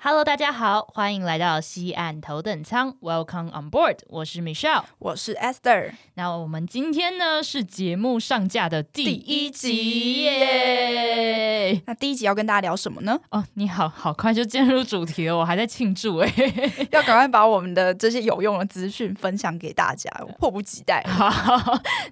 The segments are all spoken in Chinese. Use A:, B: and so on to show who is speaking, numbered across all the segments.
A: Hello，大家好，欢迎来到西岸头等舱，Welcome on board，我是 Michelle。
B: 我是 Esther，
A: 那我们今天呢是节目上架的第一集耶！
B: 那第一集要跟大家聊什么呢？
A: 哦，你好好快就进入主题了，我还在庆祝 哎、
B: 要赶快把我们的这些有用的资讯分享给大家，我迫不及待。
A: 好，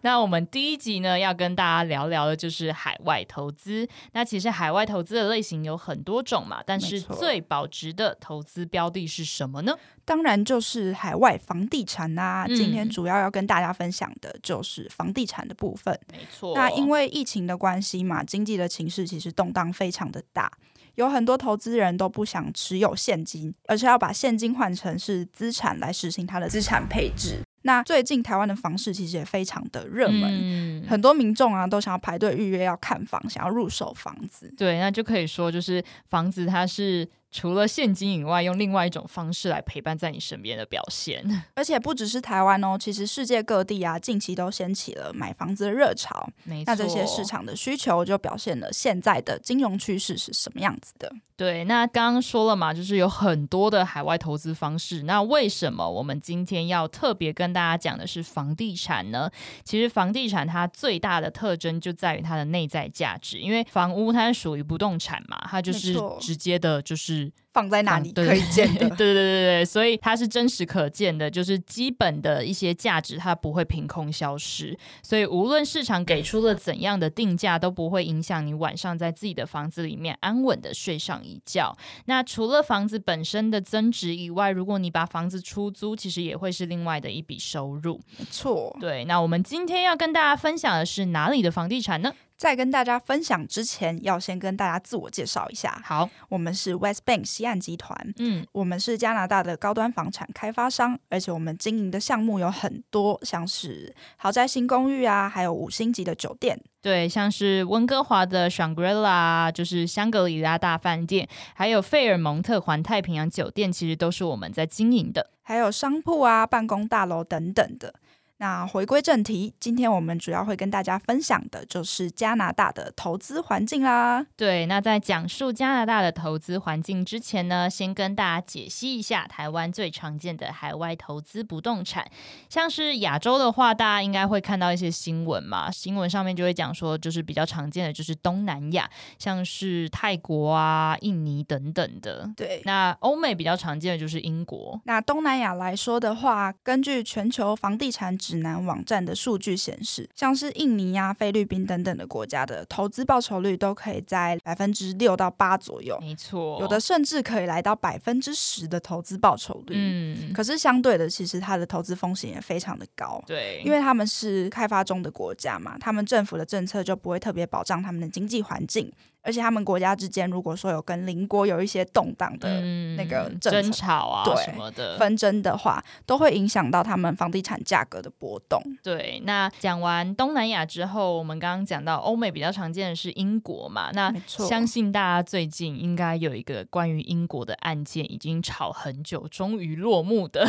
A: 那我们第一集呢，要跟大家聊聊的就是海外投资。那其实海外投资的类型有很多种嘛，但是
B: 没错
A: 最保值的投资标的是什么呢？
B: 当然就是海外房地产啦、
A: 嗯
B: 今天主要要跟大家分享的就是房地产的部分。
A: 没错
B: 那因为疫情的关系嘛，经济的情势其实动荡非常的大，有很多投资人都不想持有现金，而是要把现金换成是资产来实行它的资产配置。那最近台湾的房市其实也非常的热门，
A: 嗯
B: 很多民众啊都想要排队预约要看房，想要入手房子。
A: 对，那就可以说，就是房子它是除了现金以外，用另外一种方式来陪伴在你身边的表现。
B: 而且不只是台湾哦，其实世界各地啊近期都掀起了买房子的热潮。
A: 没错，
B: 那这些市场的需求就表现了现在的金融趋势是什么样子的。
A: 对，那刚刚说了嘛，就是有很多的海外投资方式。那为什么我们今天要特别跟大家讲的是房地产呢？其实房地产它最大的特征就在于它的内在价值，因为房屋它是属于不动产嘛，它就
B: 没
A: 是
B: 错
A: 直接的，就是
B: 放在那
A: 房
B: 里
A: 啊对
B: 可以见
A: 对 对
B: 的
A: 对，对对，所以它是真实可见的，就是基本的一些价值它不会凭空消失，所以无论市场给出了怎样的定价，都不会影响你晚上在自己的房子里面安稳的睡上一觉。那除了房子本身的增值以外，如果你把房子出租，其实也会是另外的一笔收入。
B: 没错。
A: 对，那我们今天要跟大家分享的是哪里的房地产呢？
B: 在跟大家分享之前，要先跟大家自我介绍一下，
A: 好，
B: 我们是 West Bank 西岸集团。
A: 嗯，
B: 我们是加拿大的高端房产开发商，而且我们经营的项目有很多，像是豪宅型公寓啊，还有五星级的酒店，
A: 对，像是温哥华的 Shangri-La，就是啊香格里拉大饭店，还有费尔蒙特环太平洋酒店，其实都是我们在经营的。
B: 还有商铺啊、办公大楼等等的。那回归正题，今天我们主要会跟大家分享的就是加拿大的投资环境啦。
A: 对，那在讲述加拿大的投资环境之前呢，先跟大家解析一下台湾最常见的海外投资不动产。像是亚洲的话，大家应该会看到一些新闻嘛，新闻上面就会讲说，就是比较常见的就是东南亚，像是泰国啊、印尼等等的。
B: 对，
A: 那欧美比较常见的就是英国，
B: 那东南亚来说的话，根据全球房地产指南网站的数据显示，像是印尼啊、菲律宾等等的国家的投资报酬率都可以在百分之六到八左右，
A: 没错，
B: 有的甚至可以来到百分之十的投资报酬率。
A: 嗯，
B: 可是相对的，其实它的投资风险也非常的高。
A: 对，
B: 因为他们是开发中的国家嘛，他们政府的政策就不会特别保障他们的经济环境，而且他们国家之间如果说有跟邻国有一些动荡的
A: 嗯
B: 那个政
A: 争
B: 策
A: 吵啊
B: 对
A: 什么的，
B: 纷争的话，都会影响到他们房地产价格的波动。
A: 对，那讲完东南亚之后，我们刚刚讲到欧美比较常见的是英国嘛，那
B: 没错
A: 啊相信大家最近应该有一个关于英国的案件已经吵很久，终于落幕的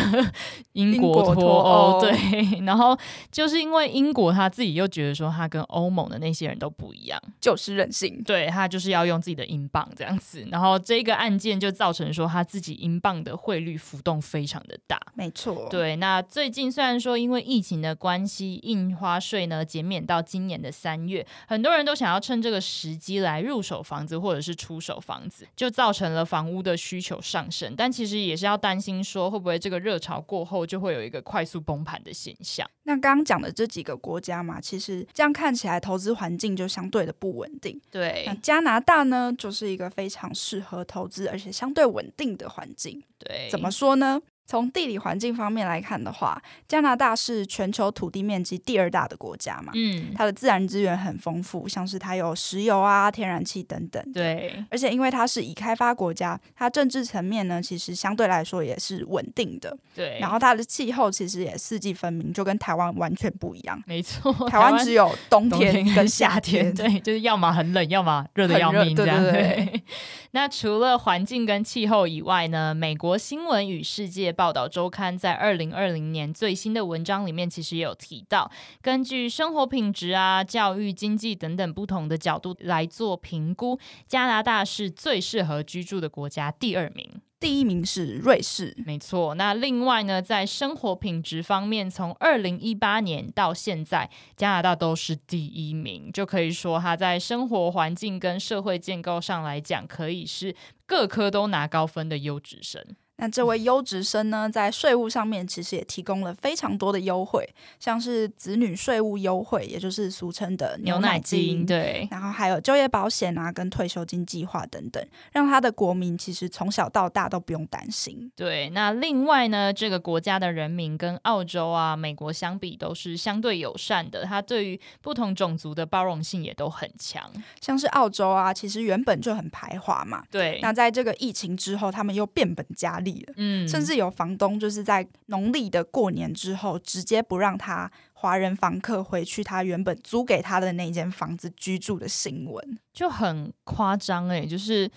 A: 英
B: 英
A: 国
B: 国
A: 脱
B: 脱
A: 欧。
B: 欧
A: 对， 然后就是因为英国他自己又觉得说他跟欧盟的那些人都不一样，
B: 就是任性，
A: 对他就是要用自己的英镑这样子，然后这个案件就造成说他自己英镑的汇率浮动非常的大。
B: 没错，，
A: 对，那最近虽然说因为疫情的关系，印花税呢减免到今年的三月，很多人都想要趁这个时机来入手房子或者是出手房子，就造成了房屋的需求上升。但其实也是要担心说，会不会这个热潮过后就会有一个快速崩盘的现象？
B: 那刚刚讲的这几个国家嘛，其实这样看起来投资环境就相对的不稳定。
A: 对
B: 那加拿大呢，就是一个非常适合投资而且相对稳定的环境。
A: 对，
B: 怎么说呢？从地理环境方面来看的话，加拿大是全球土地面积第二大的国家嘛，
A: 嗯，
B: 它的自然资源很丰富，像是它有石油啊、天然气等等。
A: 对，
B: 而且因为它是已开发国家，它政治层面呢，其实相对来说也是稳定的。
A: 对，
B: 然后它的气候其实也四季分明，就跟台湾完全不一样。
A: 没错，
B: 哦台湾只有冬
A: 冬
B: 天跟
A: 跟
B: 夏天，
A: 对， 就是要么很冷，要么热的
B: 很
A: 要
B: 热
A: 命这
B: 对
A: 样。
B: 对对
A: 那除了环境跟气候以外呢，美国新闻与世界报道周刊在二零二零年最新的文章里面，其实也有提到，根据生活品质啊、教育、经济等等不同的角度来做评估，加拿大是最适合居住的国家第二名。
B: 第一名是瑞士，
A: 没错，那另外呢，在生活品质方面，从二零一八年到现在，加拿大都是第一名，就可以说它在生活环境跟社会建构上来讲，可以是各科都拿高分的优质生。
B: 那这位优质生呢，在税务上面其实也提供了非常多的优惠，像是子女税务优惠，也就是俗称的
A: 牛奶
B: 奶
A: 金，对，
B: 然后还有就业保险啊，跟退休金计划等等，让他的国民其实从小到大都不用担心。
A: 对，那另外呢，这个国家的人民跟澳洲啊、美国相比都是相对友善的，它对于不同种族的包容性也都很强。
B: 像是澳洲啊，其实原本就很排华嘛，
A: 对，
B: 那在这个疫情之后，他们又变本加厉了，
A: 嗯
B: 甚至有房东就是在农历的过年之后，直接不让他华人房客回去他原本租给他的那间房子居住的新闻。
A: 就很夸张哎，就是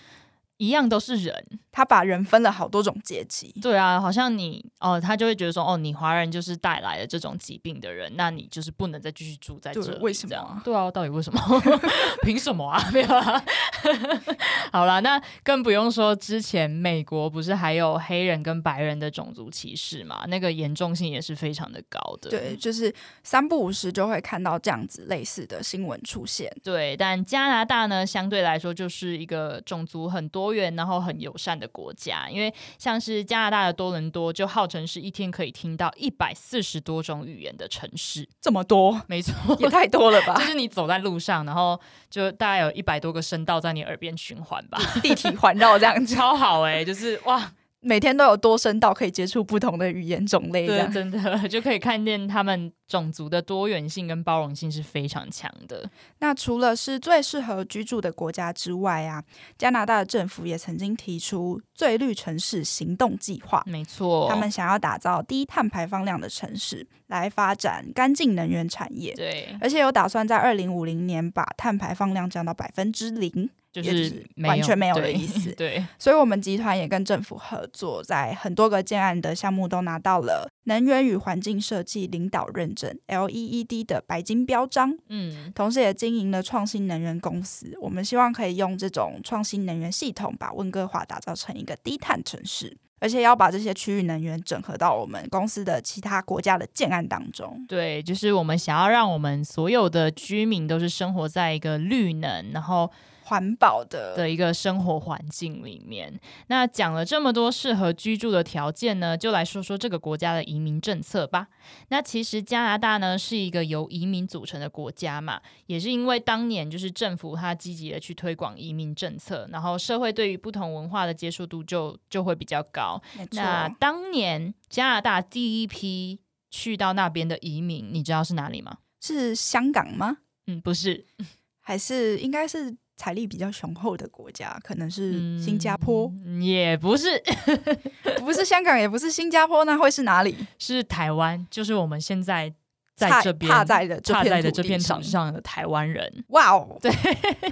A: 一样都是人，
B: 他把人分了好多种阶级，
A: 对啊，好像你哦，他就会觉得说哦，你华人就是带来了这种疾病的人，那你就是不能再继续住在这
B: 对
A: 里，
B: 为什么
A: 这样
B: 啊
A: 对啊，到底为什么？ 凭什么啊？没 有啦。好啦，那更不用说之前美国不是还有黑人跟白人的种族歧视嘛，那个严重性也是非常的高的。
B: 对，就是三不五时就会看到这样子类似的新闻出现。
A: 对，但加拿大呢，相对来说就是一个种族很多元，然后很友善的国家。因为像是加拿大的多伦多，就号称是一天可以听到一百四十多种语言的城市。
B: 这么多，
A: 没 错，
B: 也太多了
A: 就
B: 吧？
A: 是你走在路上，然后就大概有一百多个声道在你耳边循环吧，
B: 地体环绕这样子，
A: 超好哎、 就是哇，
B: 每天都有多声道可以接触不同的语言种类这
A: 对，啊
B: 样。
A: 真的就可以看见他们种族的多元性跟包容性是非常强的。
B: 那除了是最适合居住的国家之外啊，加拿大的政府也曾经提出最绿城市行动计划。
A: 没错，
B: 他们想要打造低碳排放量的城市，来发展干净能源产业，
A: 对，
B: 而且有打算在二零五零年把碳排放量降到百分之零。
A: 就
B: 也就是是完全没有的
A: 对
B: 意思
A: 对。
B: 所以，我们集团也跟政府合作，在很多个建案的项目都拿到了能源与环境设计领导认证 （LEED） 的白金标章。
A: 嗯，
B: 同时，也经营了创新能源公司。我们希望可以用这种创新能源系统，把温哥华打造成一个低碳城市，而且要把这些区域能源整合到我们公司的其他国家的建案当中。
A: 对，就是我们想要让我们所有的居民都是生活在一个绿能，然后
B: 环保的，
A: 的一个生活环境里面。那讲了这么多适合居住的条件呢，就来说说这个国家的移民政策吧。那其实加拿大呢是一个由移民组成的国家嘛，也是因为当年就是政府它积极的去推广移民政策，然后社会对于不同文化的接受度就就会比较高。
B: 没错。
A: 那当年加拿大第一批去到那边的移民，你知道是哪里吗？
B: 是香港吗？
A: 嗯，不是，
B: 还是应该是财力比较雄厚的国家？可能是新加坡。
A: 嗯也不是， 嗯
B: 不是香港，也不是新加坡，那会是哪里？
A: 是台湾，就是我们现在在
B: 踏
A: 这边
B: 踏在了这
A: 踏在
B: 片
A: 的
B: 土
A: 这
B: 地
A: 片土
B: 上
A: 地。上的台湾人
B: 哇哦，对，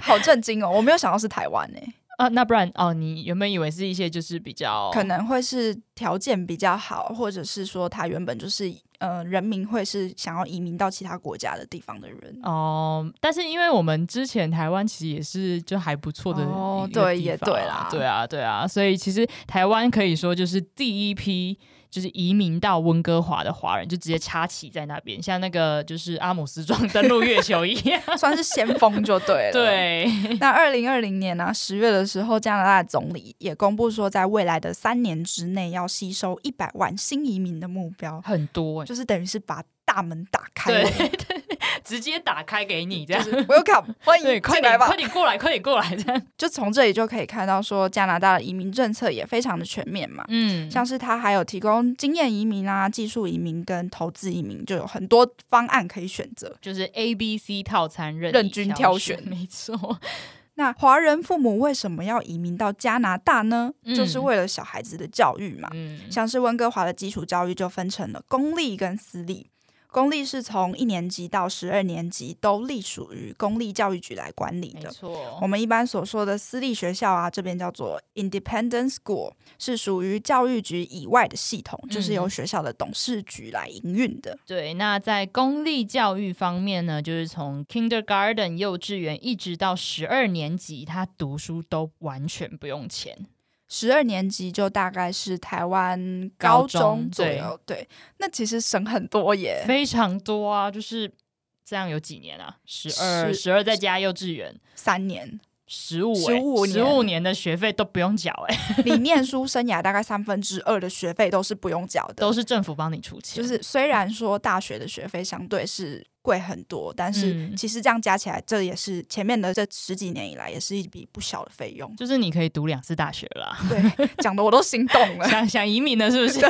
B: 好震惊哦！我没有想到是台 湾诶、
A: 啊。那不然哦，你原本以为是一些就是比较
B: 可能会是条件比较好，或者是说他原本就是呃人民会是想要移民到其他国家的地方的人。
A: 哦，但是因为我们之前台湾其实也是就还不错的
B: 哦
A: 一个
B: 对
A: 地
B: 也
A: 方
B: 对
A: 啊
B: 啦
A: 对啊，对啊，所以其实台湾可以说就是第一批就是移民到温哥华的华人，就直接插旗在那边，像那个就是阿姆斯壮登陆月球一样。
B: 算是先锋就 对啊了。。
A: 对，
B: 那二零二零年呢、十月的时候，加拿大总理也公布说，在未来的三年之内要吸收一百万新移民的目标，
A: 很多、欸，
B: 就是等于是把大大门打开
A: 对
B: 了，
A: 对对，直接打开给你这样。
B: ，Welcome，欢
A: 对，
B: 迎
A: 快
B: 进
A: 点，
B: 来吧
A: 快。点过来， 快点过来，这样。
B: 就从这里就可以看到，说加拿大的移民政策也非常的全面嘛。
A: 嗯，
B: 像是它还有提供经验移民啊、技术移民跟投资移民，就有很多方案可以选择。
A: 就是 A、B、C 套餐任
B: 任
A: 你
B: 君
A: 挑
B: 挑 选
A: 没错。
B: 那华人父母为什么要移民到加拿大呢？
A: 嗯
B: 就是为了小孩子的教育嘛。
A: 嗯，
B: 像是温哥华的基础教育就分成了公立跟私立，公立是从一年级到十二年级都隶属于公立教育局来管理
A: 没
B: 的。我
A: 错。
B: 们一般所说的私立学校啊，这边叫做 independent school，是属于教育局以外的系统，就是由
A: 嗯
B: 学校的董事局来营运的。
A: 对，那在公立教育方面呢，就是从 kindergarten 幼稚园一直到十二年级，他读书都完全不用钱。
B: 十二年级就大概是台湾
A: 高
B: 高中
A: 中
B: 左
A: 对
B: 右，对，那其实省很多耶。
A: 非常多啊，就是这样有几年啊？十二，
B: 十
A: 十二再加幼稚园，
B: 三年，
A: 十五、欸
B: 15
A: 十五年的学费都不用缴、哎，
B: 你念书生涯大概三分之二的学费都是不用缴的，
A: 都是政府帮你出钱，
B: 就是虽然说大学的学费相对是贵很多，但是
A: 嗯。
B: 其实这样加起来，这也是前面的这十几年以来也是一笔不小的费 用
A: 就是你可以读两次大学 啦。
B: 对，讲的我都心动 了。
A: 想想移民了，是不是？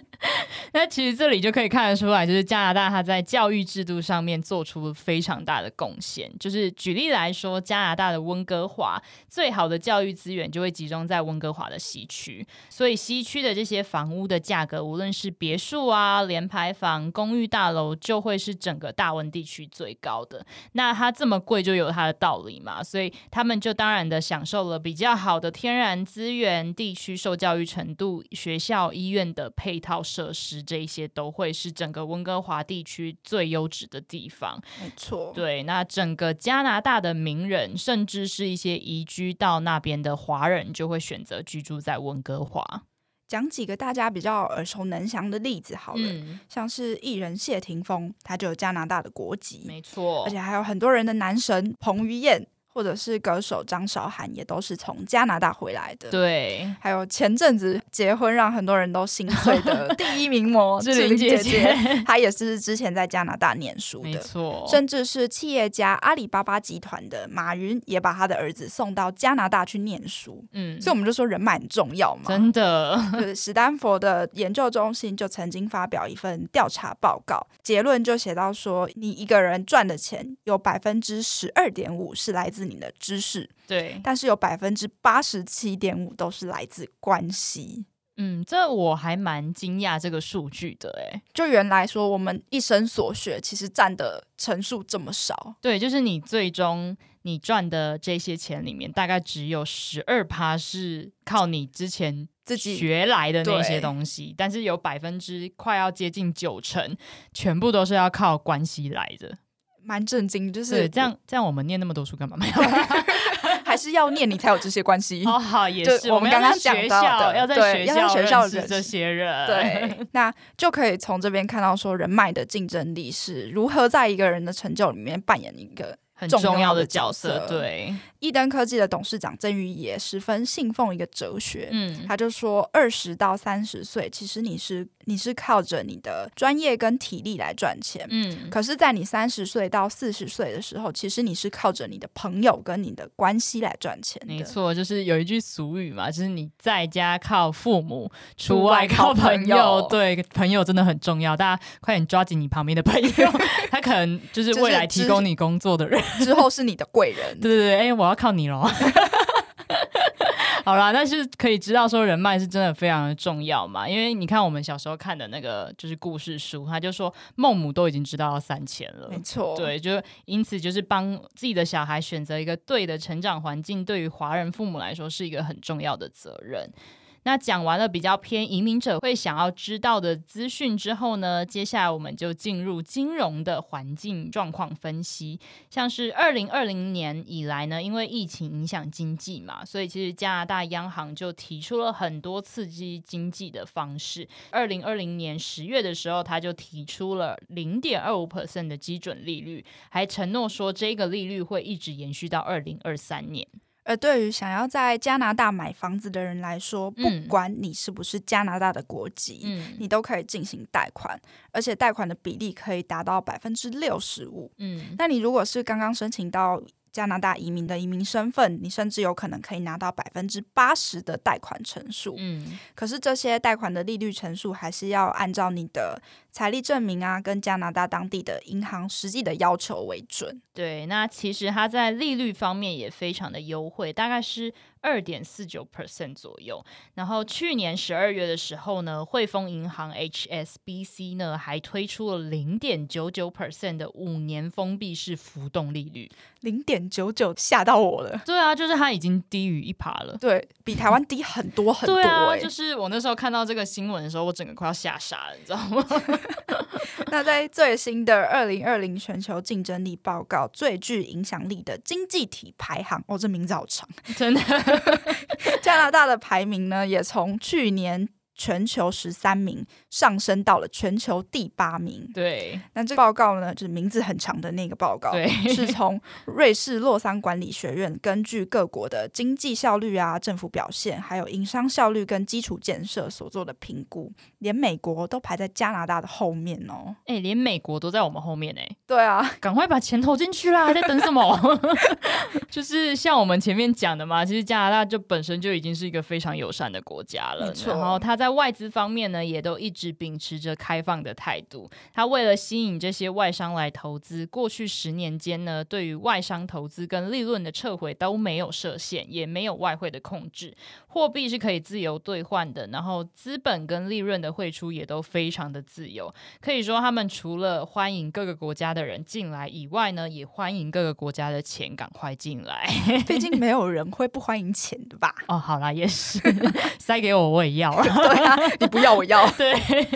A: 那其实这里就可以看得出来，就是加拿大它在教育制度上面做出非常大的贡献。就是举例来说，加拿大的温哥华最好的教育资源就会集中在温哥华的西区，所以西区的这些房屋的价格，无论是别墅啊、联排房、公寓大楼，就会是整个大温地区最高的。那它这么贵就有它的道理嘛，所以他们就当然的享受了比较好的天然资源、地区受教育程度、学校、医院的配套设施，这一些都会是整个温哥华地区最优质的地方。
B: 没错，
A: 对，那整个加拿大的名人，甚至是一些移居到那边的华人，就会选择居住在温哥华。
B: 讲几个大家比较耳熟能详的例子好了，
A: 嗯，
B: 像是艺人谢霆锋，他就有加拿大的国籍，
A: 没错
B: 而，且还有很多人的男神彭于晏，或者是歌手张韶涵，也都是从加拿大回来的。，
A: 对。
B: 还有前阵子结婚让很多人都心碎 的第一名模
A: 志
B: 志
A: 玲
B: 玲
A: 姐
B: 姐姐，她也是之前在加拿大念书
A: 没
B: 的。
A: 错，
B: 甚至是企业家阿里巴巴集团的马云，也把他的儿子送到加拿大去念书，
A: 嗯，
B: 所以我们就说人脉很重要嘛。
A: 真的，
B: 就是史丹佛的研究中心就曾经发表一份调查报告，结论就写到说，你一个人赚的钱有百分之十二点五是来自你的知识，
A: 对，
B: 但是有百分之八十七点五都是来自关系。
A: 嗯，这我还蛮惊讶这个数据的、欸，
B: 就原来说，我们一生所学其实占的成数这么少，
A: 对，就是你最终你赚的这些钱里面，大概只有十二趴是靠你之前
B: 自己
A: 学来的那些
B: 对
A: 东西，但是有百分之快要接近九成，全部都是要靠关系来的。
B: 蛮震惊。就
A: 对，
B: 是
A: 这样这样我们念那么多书干嘛？没有
B: 还是要念你才有这些关系。
A: 哦，好，也，
B: 就是我
A: 我
B: 们
A: 要
B: 刚
A: 在
B: 刚
A: 学
B: 讲到
A: 校
B: 的
A: 要在
B: 对
A: 学
B: 要在学
A: 认
B: 校
A: 识
B: 认
A: 这
B: 识
A: 些人，
B: 对， 那就可以从这边看到说，人脉的竞争力是如何在一个人的成就里面扮演一个
A: 很
B: 重
A: 重
B: 要
A: 要
B: 的
A: 的角
B: 角
A: 色。
B: 色
A: 对，
B: 一登科技的董事长郑宇也十分信奉一个哲学，
A: 嗯，
B: 他就说，二十到三十岁，其实你是你是靠着你的专业跟体力来赚钱。
A: 嗯，
B: 可是，在你三十岁到四十岁的时候，其实你是靠着你的朋友跟你的关系来赚钱
A: 没
B: 的。
A: 错，就是有一句俗语嘛，就是你在家靠父母，出
B: 出
A: 外
B: 外
A: 靠
B: 靠
A: 朋
B: 朋
A: 友
B: 友。
A: 对，朋友真的很重要，大家快点抓紧你旁边的朋 友，他可能就是
B: 就是
A: 未来提
B: 知
A: 供你工作的人。 ，
B: 之后是你的贵人
A: 对对对，哎、我要靠你喽。 好啦，但是可以知道说人脉是真的非常的重要嘛，因为你看我们小时候看的那个就是故事书，他就说孟母都已经知道要三千了，
B: 没错，，
A: 对，就因此就是帮自己的小孩选择一个对的成长环境，对于华人父母来说是一个很重要的责任。那讲完了比较偏移民者会想要知道的资讯之后呢，接下来我们就进入金融的环境状况分析。像是二零二零年以来呢，因为疫情影响经济嘛，所以其实加拿大央行就提出了很多刺激经济的方式。二零二零年十月的时候，他就提出了零点二五 percent 的基准利率，还承诺说这个利率会一直延续到二零二三年。
B: 而呃对于想要在加拿大买房子的人来说，不
A: 嗯
B: 管你是不是加拿大的国籍，
A: 嗯
B: 你都可以进行贷款，而且贷款的比例可以达到百分之六十五。
A: 嗯
B: 那你如果是刚刚申请到加拿大移民的移民身份，你甚至有可能可以拿到百分之八十的贷款成数。
A: 嗯
B: 可是这些贷款的利率成数还是要按照你的财力证明啊，跟加拿大当地的银行实际的要求为准。
A: 对，那其实它在利率方面也非常的优惠，大概是二点四九 percent 左右。然后去年十二月的时候呢，汇丰银行 HSBC 呢还推出了零点九九 percent 的五年封闭式浮动利率。
B: 零点九九吓到我了，
A: 对啊，就是它已经低于一趴了。
B: 对比台湾低很多很多、
A: 对
B: 欸。
A: 啊，就是我那时候看到这个新闻的时候，我整个快要吓傻了，你知道吗？
B: 那在最新的二零二零全球竞争力报告最具影响力的经济体排行，哦，这名字好长。
A: 真的，
B: 加拿大的排名呢，也从去年全球十三名上升到了全球第八名。
A: 对
B: 那这个报告呢，就是名字很长的那个报告，
A: 对，
B: 是从瑞士洛桑管理学院根据各国的经济效率啊、政府表现，还有营商效率跟基础建设所做的评估，连美国都排在加拿大的后面哦。
A: 哎、连美国都在我们后面哎、
B: 对啊，
A: 赶快把钱投进去啦，在等什么？ 就是像我们前面讲的嘛，其实加拿大就本身就已经是一个非常友善的国家了
B: 没，错
A: 然后它在外资方面呢，也都一直秉持着开放的态度。它为了吸引这些外商来投资，过去十年间呢，对于外商投资跟利润的撤回都没有设限，也没有外汇的控制，货币是可以自由兑换的，然后资本跟利润的汇出也都非常的自由。可以说，他们除了欢迎各个国家的人进来以外呢，也欢迎各个国家的钱赶快进来。
B: 毕竟没有人会不欢迎钱的吧？
A: 哦，好啦，也是 塞给我，我也要 啊。
B: 对啊，你不要我要。
A: 对，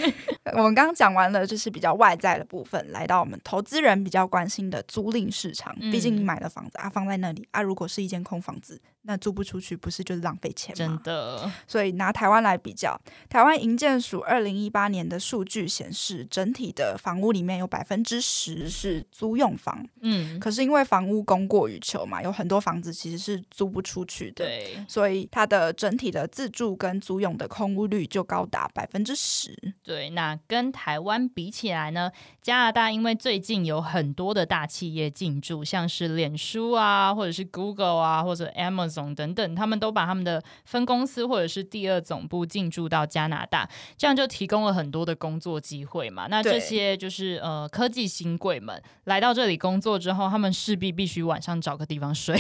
B: 我们刚刚讲完了，就是比较外在的部分，来到我们投资人比较关心的租赁市场。
A: 嗯
B: 毕竟你买了房子啊，放在那里啊，如果是一间空房子，那租不出去，不是就是浪费钱
A: 真
B: 吗？
A: 的，
B: 所以拿台湾来比较，台湾营建署二零一八年的数据显示，整体的房屋里面有百分之十是租用房，
A: 嗯，
B: 可是因为房屋供过于求嘛，有很多房子其实是租不出去的。
A: 对
B: 所以它的整体的自住跟租用的空屋率就高达百分之十。
A: 对。那跟台湾比起来呢，加拿大因为最近有很多的大企业进驻，像是脸书啊，或者是 Google 啊，或者 Amazon 等等，他们都把他们的分公司或者是第二总部进驻到加拿大，这样就提供了很多的工作机会嘛。那这
B: 对
A: 些就是呃科技新贵们来到这里工作之后，他们势必必须晚上找个地方睡，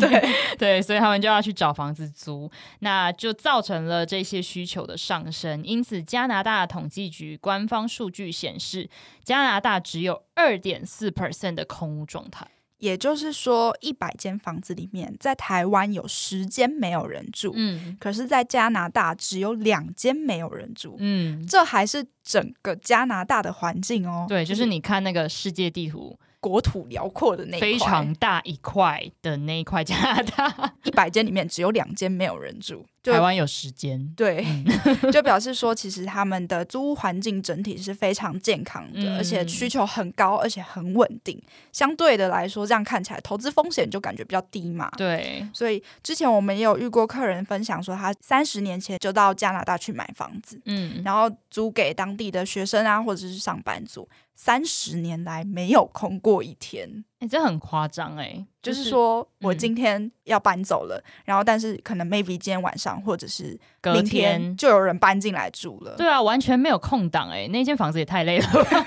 A: 对 对，所以他们就要去找房子租，那就造成了这些需求的上升。因此，加拿大统计局官方数据显示，加拿大只有二点四 percent 的空屋状态。
B: 也就是说，一百间房子里面，在台湾有十间没有人住，
A: 嗯
B: 可是，在加拿大只有两间没有人住。
A: 嗯，
B: 这还是整个加拿大的环境哦，
A: 对，就是你看那个世界地图，
B: 国土辽阔的那一块
A: 非常大一块的那一块加拿大。
B: 一百间里面只有两间没有人住， 就
A: 台湾嗯有时间，
B: 对， 就表示说，其实他们的租屋环境整体是非常健康的，
A: 嗯
B: 而且需求很高，而且很稳定。相对的来说，这样看起来投资风险就感觉比较低嘛。
A: 对，
B: 所以之前我们也有遇过客人分享说，他三十年前就到加拿大去买房子，
A: 嗯，
B: 然后租给当地的学生啊，或者是上班族，三十年来没有空过一天。
A: 哎、这很夸张哎，
B: 就是，说我
A: 嗯
B: 今天要搬走了，然后但是可能 maybe 今天晚上或者是
A: 隔
B: 明天
A: 天。
B: 就有人搬进来住了。
A: 对啊，完全没有空档哎、那间房子也太累了吧，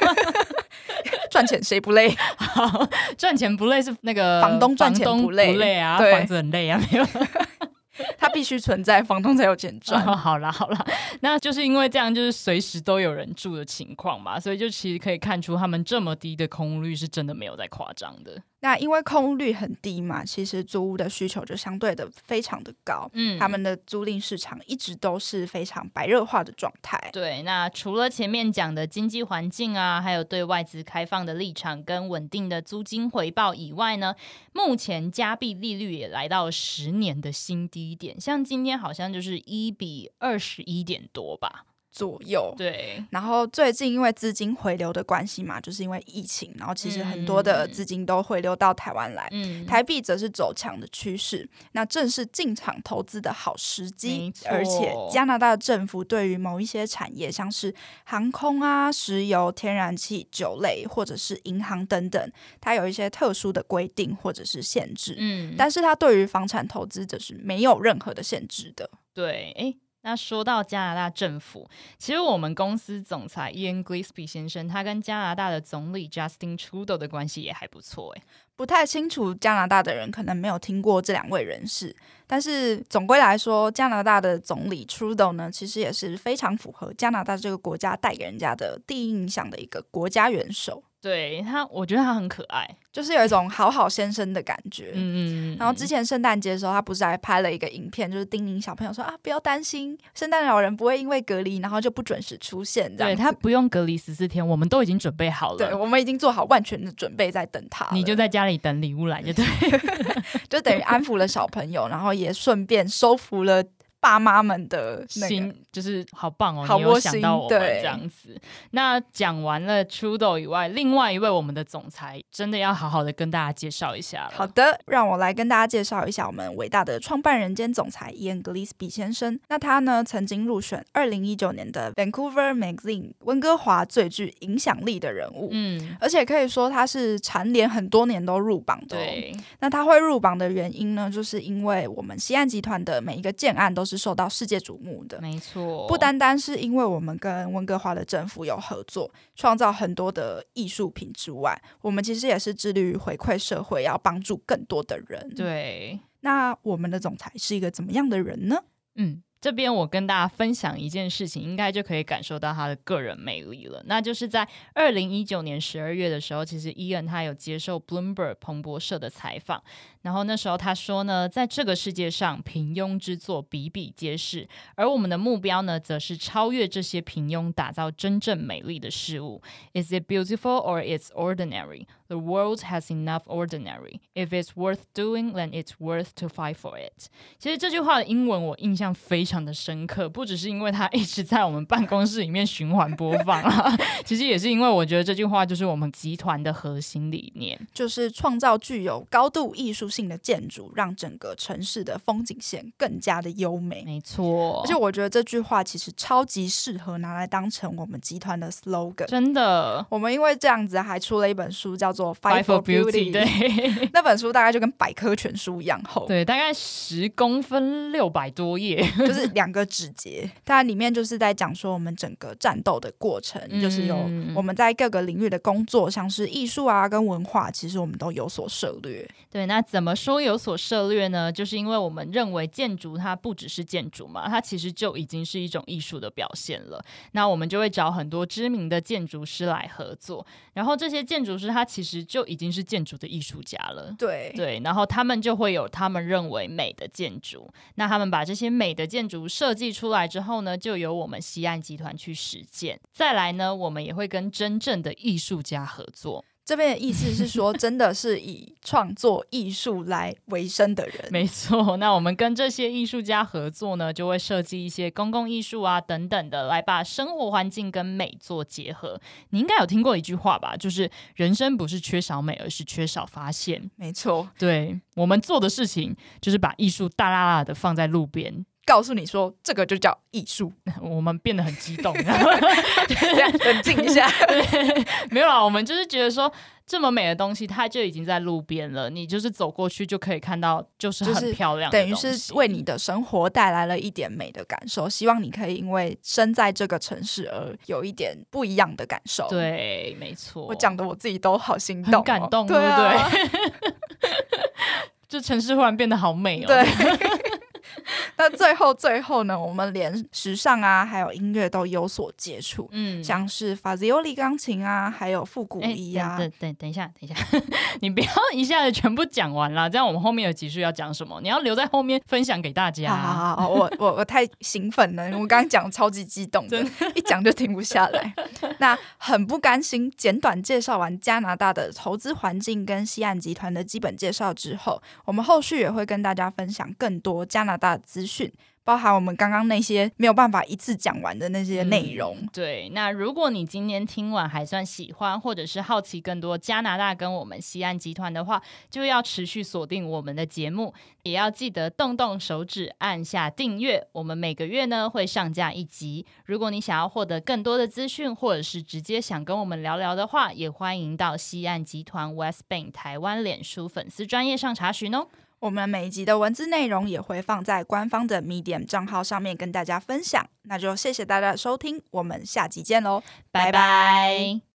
B: 赚钱谁不累？
A: 赚钱不累是那个
B: 房东赚钱
A: 房东
B: 不累
A: 啊，
B: 对
A: 房子很累啊，没有
B: 它必须存在，房东才有钱赚。
A: 哦好啦好啦，那就是因为这样，就是随时都有人住的情况嘛，所以就其实可以看出他们这么低的空屋率是真的没有在夸张的。
B: 那因为空屋率很低嘛，其实租屋的需求就相对的非常的高。
A: 嗯
B: 他们的租赁市场一直都是非常白热化的状态。
A: 对，那除了前面讲的经济环境啊，还有对外资开放的立场跟稳定的租金回报以外呢，目前加币利率也来到十年的新低点，像今天好像就是一比二十一点多吧。
B: 左右。
A: 对，
B: 然后最近因为资金回流的关系嘛，就是因为疫情，然后其实很多的
A: 嗯
B: 资金都回流到台湾来，
A: 嗯，
B: 台币则是走强的趋势，那正是进场投资的好时
A: 没
B: 机。
A: 错
B: 而且加拿大政府对于某一些产业，像是航空啊、石油、天然气、酒类或者是银行等等，它有一些特殊的规定或者是限制。
A: 嗯，
B: 但是它对于房产投资者是没有任何的限制的。
A: 对，诶，那说到加拿大政府，其实我们公司总裁 Ian Gillespie 先生，他跟加拿大的总理 Justin Trudeau 的关系也还不错，诶，
B: 不太清楚加拿大的人可能没有听过这两位人士，但是总归来说，加拿大的总理 Trudeau 呢，其实也是非常符合加拿大这个国家带给人家的第一印象的一个国家元首，
A: 对他，我觉得他很可爱，
B: 就是有一种好好先生的感觉。
A: 嗯嗯，
B: 然后之前圣诞节的时候，他不是还拍了一个影片，就是叮咛小朋友说啊，不要担心，圣诞老人不会因为隔离然后就不准时出现这样
A: 对
B: 子。
A: 他不用隔离十四天，我们都已经准备好
B: 对
A: 了。
B: 我们已经做好万全的准备在等他了。嗯
A: 你就在家里等礼物来就对，
B: 就等于安抚了小朋友，然后也顺便收服了爸妈们的那个。
A: 心就是好棒哦，
B: 好
A: 你有
B: 窝
A: 想
B: 心
A: 到我们
B: 对
A: 这样子。那讲完了 Trudeau 以外，另外一位我们的总裁真的要好好的跟大家介绍一下了。
B: 好的，让我来跟大家介绍一下我们伟大的创办人兼总裁 Ian Gillespie 先生。那他呢，曾经入选二零一九年的 Vancouver Magazine 温哥华最具影响力的人物。
A: 嗯，
B: 而且可以说他是蝉联很多年都入榜的、哦。
A: 对，
B: 那他会入榜的原因呢，就是因为我们西岸集团的每一个建案都是受到世界瞩目的。
A: 没错，
B: 不单单是因为我们跟温哥华的政府有合作，创造很多的艺术品之外，我们其实也是致力于回馈社会，要帮助更多的人。，
A: 对，
B: 那我们的总裁是一个怎么样的人呢？
A: 嗯，这边我跟大家分享一件事情，应该就可以感受到他的个人魅力了。那就是在二零一九年十二月的时候，其实伊恩他有接受 Bloomberg 彭博社的采访，然后那时候他说呢，在这个世界上，平庸之作比比皆是，而我们的目标呢，则是超越这些平庸，打造真正美丽的事物。Is it beautiful or it's ordinary? The world has enough ordinary. If it's worth doing, then it's worth to fight for it. 其实这句话的英文我印象非常的深刻，不只是因为它一直在我们办公室里面循环播放啊， 其实也是因为我觉得这句话就是我们集团的核心理念。
B: 就是创造具有高度艺术性的建筑，让整个城市的风景线更加的优美。
A: 没错
B: 而且我觉得这句话其实超级适合拿来当成我们集团的 slogan。
A: 真的
B: 我们因为这样子还出了一本书，叫做《
A: ，Fight
B: Fight
A: for
B: for
A: Beauty，
B: Beauty》。，
A: 对
B: 那本书大概就跟百科全书一样厚。
A: 对， 大概十公分，六百多页，
B: 就是两个指节，它里面就是在讲说我们整个战斗的过程，
A: 嗯
B: 就是有我们在各个领域的工作，像是艺术啊跟文化，其实我们都有所涉略。
A: 对，那怎么说有所涉略呢？就是因为我们认为建筑它不只是建筑嘛，它其实就已经是一种艺术的表现了。那我们就会找很多知名的建筑师来合作，然后这些建筑师他其实就已经是建筑的艺术家了。
B: 对，
A: 对，然后他们就会有他们认为美的建筑，那他们把这些美的建筑设计出来之后呢，就由我们西岸集团去实践。再来呢，我们也会跟真正的艺术家合作，
B: 这边的意思是说，真的是以创作艺术来为生的人。
A: 没错，那我们跟这些艺术家合作呢，就会设计一些公共艺术啊等等的，来把生活环境跟美做结合。你应该有听过一句话吧，就是人生不是缺少美，而是缺少发现。
B: 没错，
A: 对我们做的事情，就是把艺术大啦啦的放在路边，
B: 告诉你说这个就叫艺术。
A: 我们变得很激动。
B: 这样冷静一下，
A: 没有啊，我们就是觉得说，这么美的东西，它就已经在路边了，你就是走过去就可以看到，就是
B: 就
A: 很
B: 是
A: 漂亮的
B: 等于
A: 东西
B: 是为你的生活带来了一点美的感受。希望你可以因为身在这个城市而有一点不一样的感受。。
A: 对，没错。
B: 我讲的我自己都好心动、
A: 哦
B: 哦
A: 很感动，
B: 对啊
A: 不对？这城市忽然变得好美哦。
B: 对。 那最后最后呢，我们连时尚啊，还有音乐都有所接触，
A: 嗯
B: 像是法兹尤利钢琴啊，还有复古
A: 哎
B: 衣啊。
A: 等等等一下，等一下， 你不要一下子全部讲完啦，这样我们后面有集数要讲什么，你要留在后面分享给大家。
B: 好好好好，我我我太兴奋了，我刚刚讲超级激动的，一讲就停不下来。那很不甘心，简短介绍完加拿大的投资环境跟西岸集团的基本介绍之后，我们后续也会跟大家分享更多加拿大的资讯。包含我们刚刚那些没有办法一次讲完的那些内容。
A: 对，那如果你今天听完还算喜欢，或者是好奇更多加拿大跟我们西安集团的话，就要持续锁定我们的节目，也要记得动动手指按下订阅。我们每个月呢会上架一集。如果你想要获得更多的资讯，或者是直接想跟我们聊聊的话，也欢迎到西岸集团 West Bank 台湾脸书粉丝专业上查询哦。
B: 我们每一集的文字内容也会放在官方的 Medium 账号上面跟大家分享。那就谢谢大家的收听，我们下集见喽，
A: 拜
B: 拜拜
A: 拜